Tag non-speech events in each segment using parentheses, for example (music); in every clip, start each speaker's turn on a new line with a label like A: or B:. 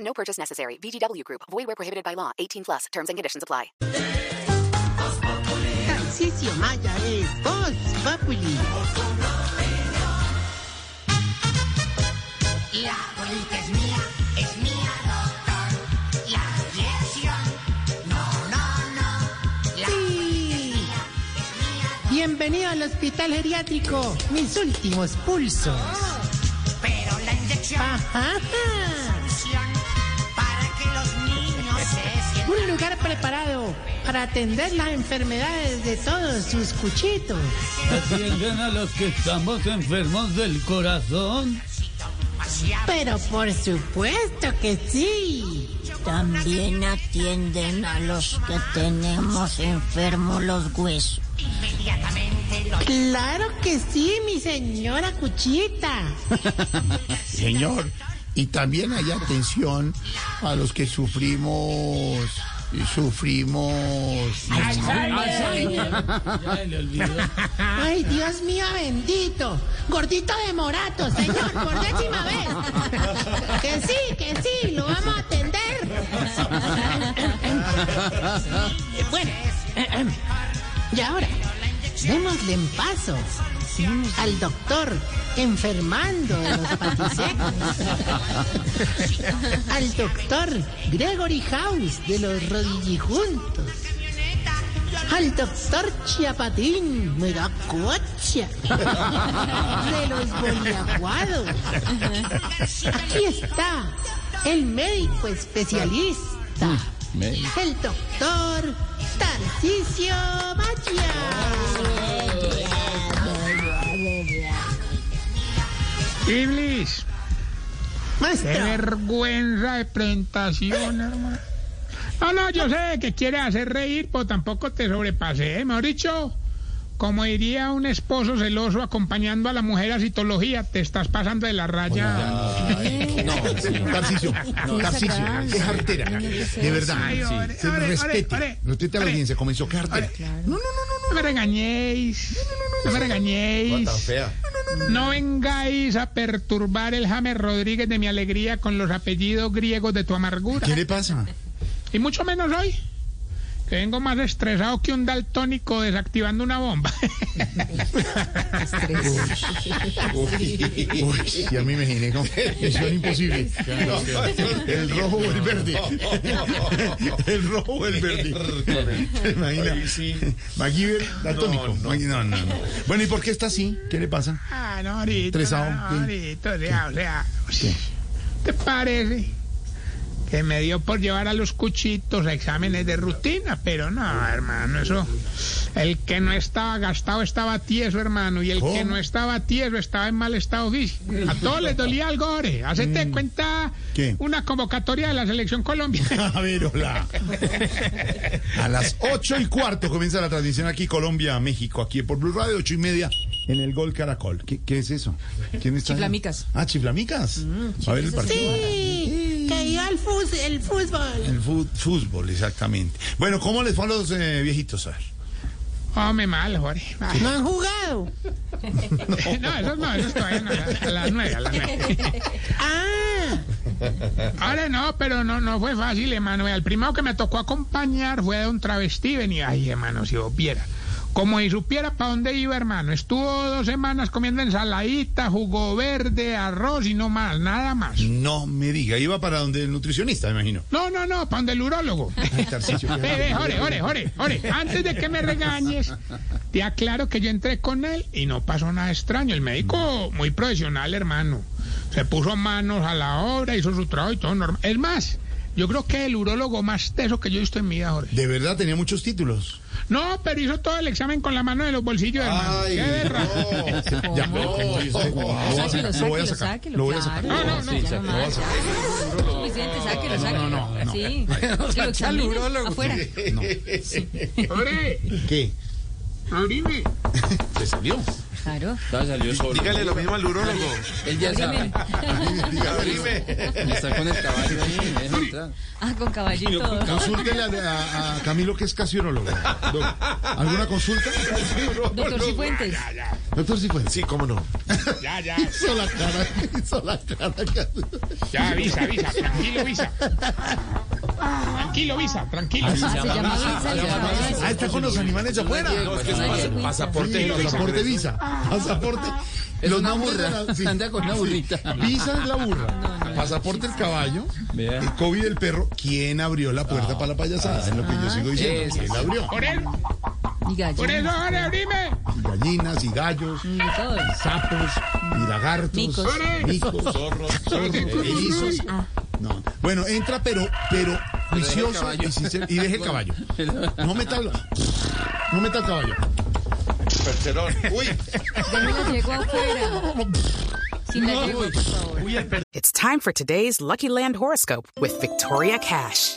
A: No purchase necessary. VGW Group. Void where prohibited by law. 18 plus. Terms and conditions apply.
B: Tarcisio Maya es Voz Populi.
C: La bolita es mía, es mía, doctor. La dirección, no, no, no. La
B: Sí. Bienvenido al Hospital Geriátrico. Mis últimos pulsos.
C: pero la inyección,
B: Ajá.
C: solución para que los niños se sientan.
B: Un lugar preparado para atender las enfermedades de todos sus cuchitos.
D: Atienden a los que estamos enfermos del corazón.
B: Pero por supuesto que sí.
E: También atienden a los que tenemos enfermos los huesos.
C: Inmediatamente los
B: Claro que sí, mi señora cuchita.
F: Señor, y también hay atención a los que sufrimos, sufrimos.
D: Ya se le olvidó.
B: Ay, Dios mío bendito. Gordito de morato, señor, por décima vez. Que sí, que sí, lo vamos a atender. Bueno, y ahora, démosle en paso al doctor enfermando de los patisecos. Al doctor Gregory House de los rodillijuntos. Al doctor Chiapatín me da cocha de los boliaguados. Aquí está el médico especialista, el doctor Tarcisio Maya.
G: Iblis, qué
H: Eh.
B: Maestro,
G: vergüenza de presentación, hermano. No, no, yo sé que quiere hacer reír, pero tampoco te sobrepasé, ¿eh? mejor dicho. Como diría un esposo celoso acompañando a la mujer a citología, te estás pasando de la raya.
F: (laughs) Tarcicio, Tarcicio, qué jartera. De verdad,
G: Ay, ore,
F: se
G: ore,
F: respete.
G: ore,
F: Respete a la
G: ore.
F: audiencia, comenzó qué jartera.
G: No, no, no, no, no me regañéis. No me regañéis.
F: fea.
G: No vengáis a perturbar el James Rodríguez de mi alegría con los apellidos griegos de tu amargura.
F: ¿Qué le pasa?
G: Y mucho menos hoy, que vengo más estresado que un daltónico desactivando una bomba. (laughs)
F: Uy, ya me imaginé (laughs) como misión imposible. El rojo o el (laughs) verde. El rojo o el verde. ¿Te imaginas? MacGyver, daltónico. No, no, no. Bueno, ¿y por qué está así? ¿Qué le pasa?
G: ah, no, ahorita.
F: Estresado,
G: no,
F: ¿qué?
G: ahorita, o sea, o sea, ¿te parece? Que me dio por llevar a los cuchitos a exámenes de rutina, pero no, hermano, eso. El que no estaba gastado estaba tieso, hermano, y el que
F: ¿Cómo?
G: no estaba tieso estaba en mal estado físico. A todos les dolía algo, gore. Hacete cuenta
F: Mm. ¿Qué?
G: una convocatoria de la selección (laughs) colombiana.
F: A ver, hola. A las ocho y cuarto comienza la transmisión aquí, Colombia, México, aquí por Blue Radio, ocho y media, en el Gol Caracol. ¿Qué, qué es eso? ¿Quién está ahí?
H: Chiflamicas.
F: Ah, chiflamicas. a ver el partido.
B: sí, que iba al fus- el fútbol.
F: El fu- fútbol, exactamente. Bueno, ¿cómo les fue a los eh, viejitos? A ver.
G: Come mal, Jorge. Ay,
B: No han jugado.
G: No, esos no, esos todavía no. A las nueve, a las nueve.
B: Ah,
G: Ahora no, pero no, no fue fácil, Emanuel. El primero que me tocó acompañar fue de un travesti. Venía, ay, hermano, si vos viera. Como si supiera para dónde iba, hermano. Estuvo dos semanas comiendo ensaladita, jugo verde, arroz y no más, nada más.
F: No me diga, iba para donde el nutricionista, me imagino.
G: No, no, no, para donde el urólogo.
F: Ay, (laughs) Tarcisio, qué
G: Ve, ve, ore, ore, ore, ore. Antes de que me regañes, te aclaro que yo entré con él y no pasó nada extraño. El médico, muy profesional, hermano. Se puso manos a la obra, hizo su trabajo y todo normal. Es más, yo creo que el urólogo más teso que yo he visto en mi vida, Jorge.
F: De verdad tenía muchos títulos.
G: No, pero hizo todo el examen con la mano de los bolsillos, hermano. Qué berra.
F: (laughs) Ya, lo voy a sacar, lo voy a sacar.
H: Sáquelo,
F: Lo voy a sacar.
H: sáquelo,
G: No, no, no.
H: claro. presidente, sáquelo, sáquelo.
G: no, no, no.
H: Sí. Que lo examinen afuera.
G: ¡Abre!
F: ¿Qué?
G: ¡Abrime!
I: ¿Se salió?
H: Claro.
I: Ya salió solo.
F: Dígale lo mismo al urólogo.
I: Él ya sabe.
F: Dígale.
I: Está con el caballo ahí. me deja entrar.
H: Ah, con caballito.
F: Consúltele a, a- a Camilo que es casi urólogo. Doc, ¿Alguna consulta?
H: Doctor Cifuentes.
F: Doctor Cifuentes.
I: Sí, cómo no.
G: Ya, ya,
F: (laughs) Hizo la cara, hizo la cara.
G: ya, avisa, avisa, tranquilo, visa. Tranquilo, visa, tranquilo.
H: Ah, se llama Visa, se llama Visa.
F: Ah, está con los animales afuera.
I: No, es que es
H: Ay,
I: pas-
H: güey.
I: pasaporte.
F: Sí, pasaporte visa. Pasaporte.
I: Es
F: los
I: una
F: nombres de
I: burra.
F: la- sí.
I: Anda con una
F: Sí.
I: burrita.
F: Visa es la burra. Pasaporte el caballo.
I: Vea. Ah.
F: El COVID el perro. ¿Quién abrió la puerta para la payasada? Es lo que yo sigo diciendo.
I: Eso.
F: ¿Quién la abrió?
G: Por él,
H: Diga,
G: por eso, ore, abrime.
F: Y gallinas y gallos.
H: De todos.
F: sapos y lagartos,
H: Micos.
F: micos, zorros, erizos. No. Bueno, entra pero pero juicioso
I: caballo.
F: y, sincero, y deje el caballo. No meta el, no meta el caballo.
I: Uy.
H: Déjela la yegua afuera. Sin la yegua, por favor.
C: It's time for today's Lucky Land horoscope with Victoria Cash.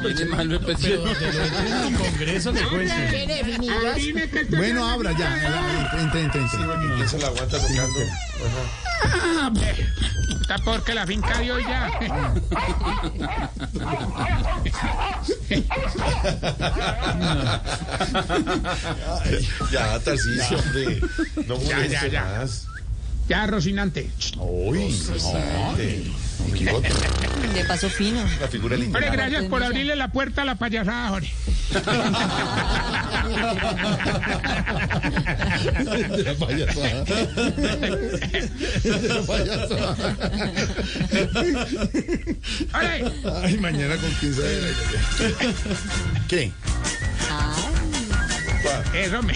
I: Viene mal, me pensé.
D: Congreso de jueces.
G: Abrime que te
F: Bueno, abra ya. ya, Entre, entre, entre. entre.
G: está peor que la finca de hoy ya. (laughs)
I: Ya, Tarcicio, hombre. No
G: Ya, ya, ya. Ya, Rocinante.
H: De paso fino.
I: La figura
G: Ore, gracias por abrirle la puerta a la payasada, Ore.
F: De la payasada. De la payasada.
G: Ore,
F: Ay, mañana con 15 de ¿Qué?
G: eso me.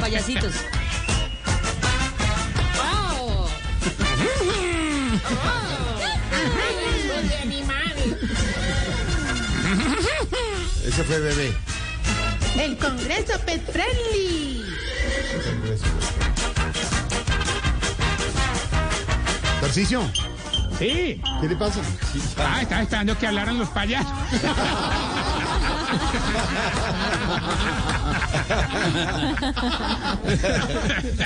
H: Payasitos. ¡Wow!
F: Ese fue bebé.
B: El Congreso Pet Friendly.
F: Tarcicio,
G: Sí.
F: ¿qué le pasa?
G: Ah, estaba esperando que hablaran los payasos.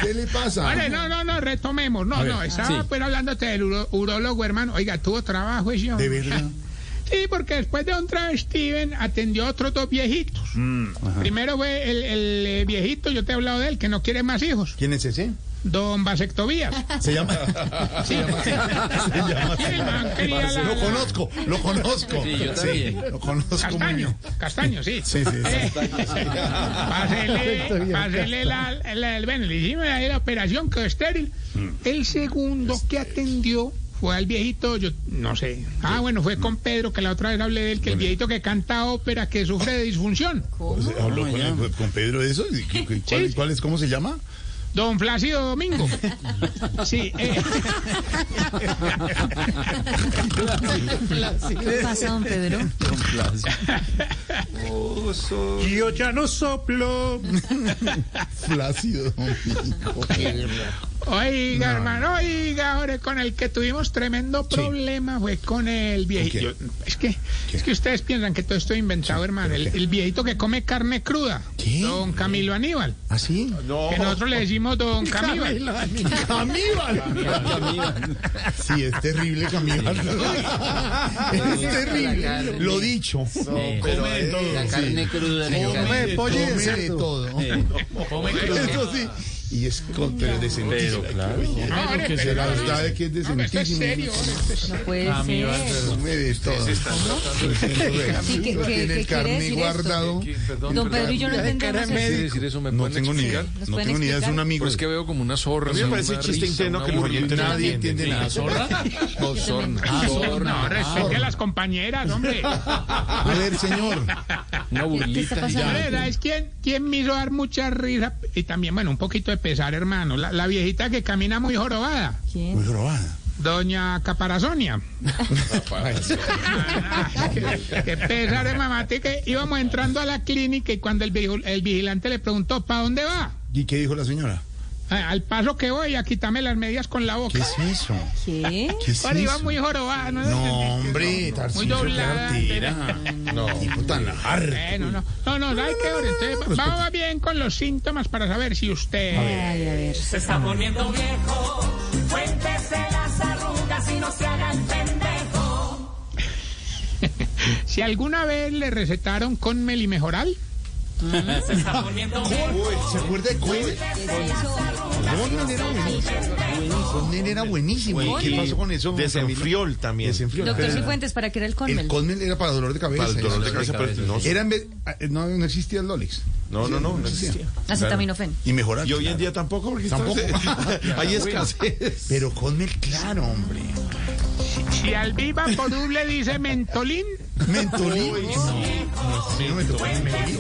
F: ¿Qué le pasa?
G: Vale, no, no, no, retomemos. No, no, estaba
I: sí.
G: pues hablándote del uro- urólogo, hermano. Oiga, tuvo trabajo ese
F: De
G: hombre.
F: verdad.
G: Sí, porque después de un Steven atendió a otros dos viejitos.
F: Mm.
G: Primero fue el, el, eh, viejito, yo te he hablado de él, que no quiere más hijos.
F: ¿Quién es ese?
G: Don
F: (laughs)
G: Vasectovías.
F: Se llama. Se llama.
G: (laughs)
F: Se llama.
G: Sí, el man quería la-
F: Lo conozco, lo conozco.
I: Sí, yo también.
F: lo conozco. muy
G: Castaño,
F: bien.
G: castaño, sí. Eh,
F: Sí, sí, sí. Está
G: Pásele,
F: bien,
G: pásele la, la- el- bueno, le hicimos ahí la operación que estéril.
F: Mm.
G: El segundo que atendió fue al viejito, yo no sé. Ah, bueno, fue con Pedro, que la otra vez hablé de él, que el viejito que canta ópera, que sufre de disfunción.
F: Pues, Hablo con, el- con Pedro de eso. ¿Y cu- cu- ¿Cuál,
G: Sí.
F: cuál es? ¿Cómo se llama?
G: Don Flácido (laughs) Domingo. Sí, eh,
H: ¿Qué pasa, don Pedro?
F: Yo ya no soplo. (laughs) Flácido.
G: oiga, hermano, oiga, ahora con el que tuvimos tremendo problema fue con el viejito.
F: ¿Con
G: Es que, es que ustedes piensan que todo esto es inventado, hermano. El, el viejito que come carne cruda.
F: ¿Qué?
G: Don Camilo Aníbal.
F: ¿Así?
G: Que nosotros le decimos (laughs) Don Camilo.
F: Camíbal. Sí, es terrible Camíbal. Es terrible. Lo dicho.
I: Pero eh, la carne cruda.
F: Come
I: Come
F: de pollo y de cerdo.
I: Eh,
F: Eso sí. Y es con pero decente.
I: Pero, claro.
F: Pero que se la verdad es que es decentísimo.
H: No puede
F: A mí va a
H: ser.
F: ser. Mueve todo.
H: Sí, que- que-
F: Tiene
H: que
F: el
H: quiere
F: carné
H: decir
F: guardado.
H: esto. Don Pedro y yo no entendemos
I: ¿Qué quiere
H: eso.
I: decir eso? ¿Me
F: No
I: pueden
F: tengo ni idea.
I: explicar?
H: ¿Nos
F: No
H: pueden
F: tengo ni idea, es un
H: explicar?
F: amigo.
I: Pero es que veo como una zorra.
F: A mí
I: o
F: me
I: sea,
F: parece
I: una
F: chiste
I: risa,
F: interno
I: una
F: que los
I: burla.
F: oyentes no Nadie entiende nada.
I: ¿Zorra? No, zorna.
G: Ah,
I: Zorna.
G: no, respete a las compañeras, (laughs) hombre.
F: (laughs) A ver, señor.
I: Una burlita. y ya.
G: A ver, ¿sabes quién, quién me hizo dar mucha risa? Y también, bueno, un poquito de pesar, hermano. La, la viejita que camina muy jorobada.
H: ¿Quién?
F: Muy robada.
G: Doña Caparazonia.
F: (laughs)
G: Qué pesar, de mamá. te que íbamos entrando a la clínica y cuando el, vigil- el vigilante le preguntó, ¿para dónde va?
F: ¿Y qué dijo la señora?
G: "Ah, Al paso que voy, a quitarme las medias con la
F: ¿Qué
G: boca.
F: es eso?
H: ¿Qué?
F: ¿Qué es
G: Ahora iba
F: eso?
G: muy jorobada, ¿no?
F: No, hombre,
G: Muy
F: Tarcillo, qué
G: doblada.
F: artera. No, (laughs) tipo tan harto.
G: Bueno, no, no, no, no hay que ver. Entonces, vamos bien con los síntomas para saber si usted.
H: Ay, a ver.
C: Se está poniendo viejo. Cuéntese las arrugas y no se haga el pendejo.
G: (laughs) Si alguna vez le recetaron con melimejoral,
C: Se está poniendo viejo.
F: Uy, ¿Se acuerda de Cohen? Cohen era buenísimo. Cohen era buenísimo. ¿Y ¿Qué pasó con eso?
I: Desenfriol también.
F: Desenfriol.
H: Doctor
F: pero-
H: Cifuentes, ¿para qué era el
F: El
H: Colmel?
F: Conmel era para dolor de cabeza.
I: Para el dolor de
F: eso.
I: cabeza, pero no-
F: Era en vez- ah, no, no existía el Lolex.
I: No, no, no, no existía.
H: Acetaminofén.
F: Y mejorar.
I: Y hoy en día tampoco, porque está-
F: Tampoco. (laughs)
I: hay escasez.
F: Pero Conmel, claro, hombre.
G: si al viva por le dice mentolín,
F: Mentolín. No, no me tocó mentolín.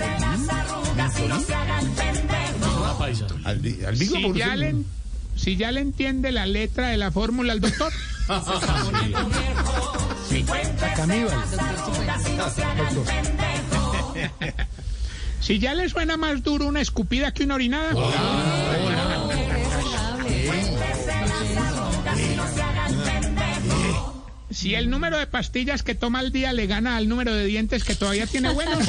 F: Al vi- al Vigo,
G: si
F: por
G: ya,
F: ejemplo.
G: le, si ya le entiende la letra de la fórmula al doctor, si ya le suena más duro una escupida que una orinada, si el número de pastillas que toma al día le gana al número de dientes que todavía tiene buenos,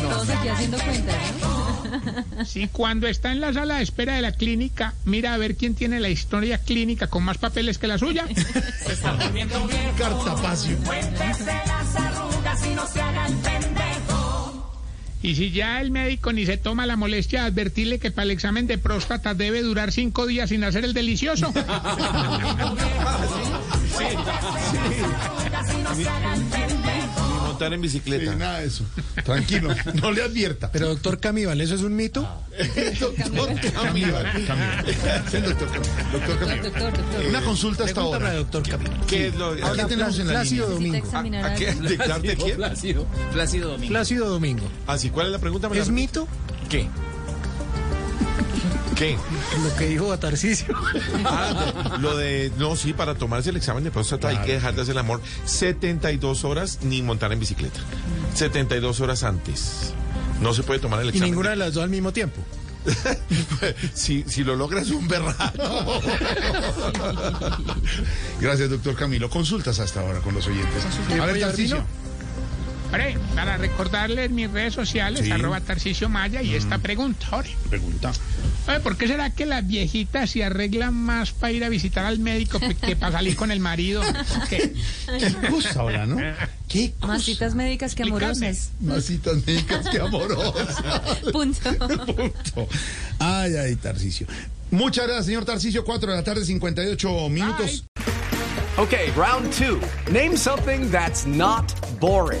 H: Todos aquí haciendo cuentas, ¿no?
G: si cuando está en la sala de espera de la clínica mira a ver quién tiene la historia clínica con más papeles que la suya.
F: Cartapacio.
G: Y si ya el médico ni se toma la molestia de advertirle que para el examen de próstata debe durar cinco días sin hacer el delicioso.
I: Ni montar en
F: Sí,
I: bicicleta.
F: nada de eso. Tranquilo, no le advierta. Pero doctor Camíbal, ¿eso es un mito? (laughs) doctor Camíbal. Camíbal. Es el doctor Camíbal. Doctor Camíbal.
H: Doctor, doctor.
F: Una consulta hasta ahora. doctor Camíbal.
I: ¿Qué es lo
F: ¿A qué tenemos en la línea?
H: Necesita
F: Domingo.
H: examinar
I: ¿A qué?
H: algo.
I: ¿De Clark de quién?
J: Plácido Domingo.
K: Plácido Domingo.
I: Ah, sí, ¿cuál es la pregunta? ¿Me la
K: ¿Es
I: repite?
K: mito
I: ¿Qué? ¿Qué?
K: lo que dijo a Tarcisio?
I: Ah, lo de, no, sí, para tomarse el examen de próstata hay que
F: (laughs)
I: dejar de hacer el amor 72 horas ni montar en bicicleta. 72 horas antes. No se puede tomar el
K: Y
I: examen.
K: ninguna de las dos al mismo tiempo.
I: si, si lo logras un berraco.
F: Gracias, doctor Camilo. Consultas hasta ahora con los oyentes. A ver, Tarcino.
G: Ore, para recordarles mis redes sociales,
F: Sí.
G: arroba Tarcicio Maya, y esta pregunta, ore.
F: Pregunta.
G: Oye, ¿por qué será que las viejitas se arreglan más para ir a visitar al médico que- que para salir con el marido? ¿Qué?
F: ¿Qué cosa ahora, no? Ah. ¿Qué
H: Más
F: cosa?
H: citas médicas que amorosas.
F: Más citas médicas que amorosas.
H: Punto.
F: Punto. Ay, ay, Tarcicio. Muchas gracias, señor Tarcicio. 4 de la tarde, 58 minutos.
J: Okay, round two. Name something that's not boring.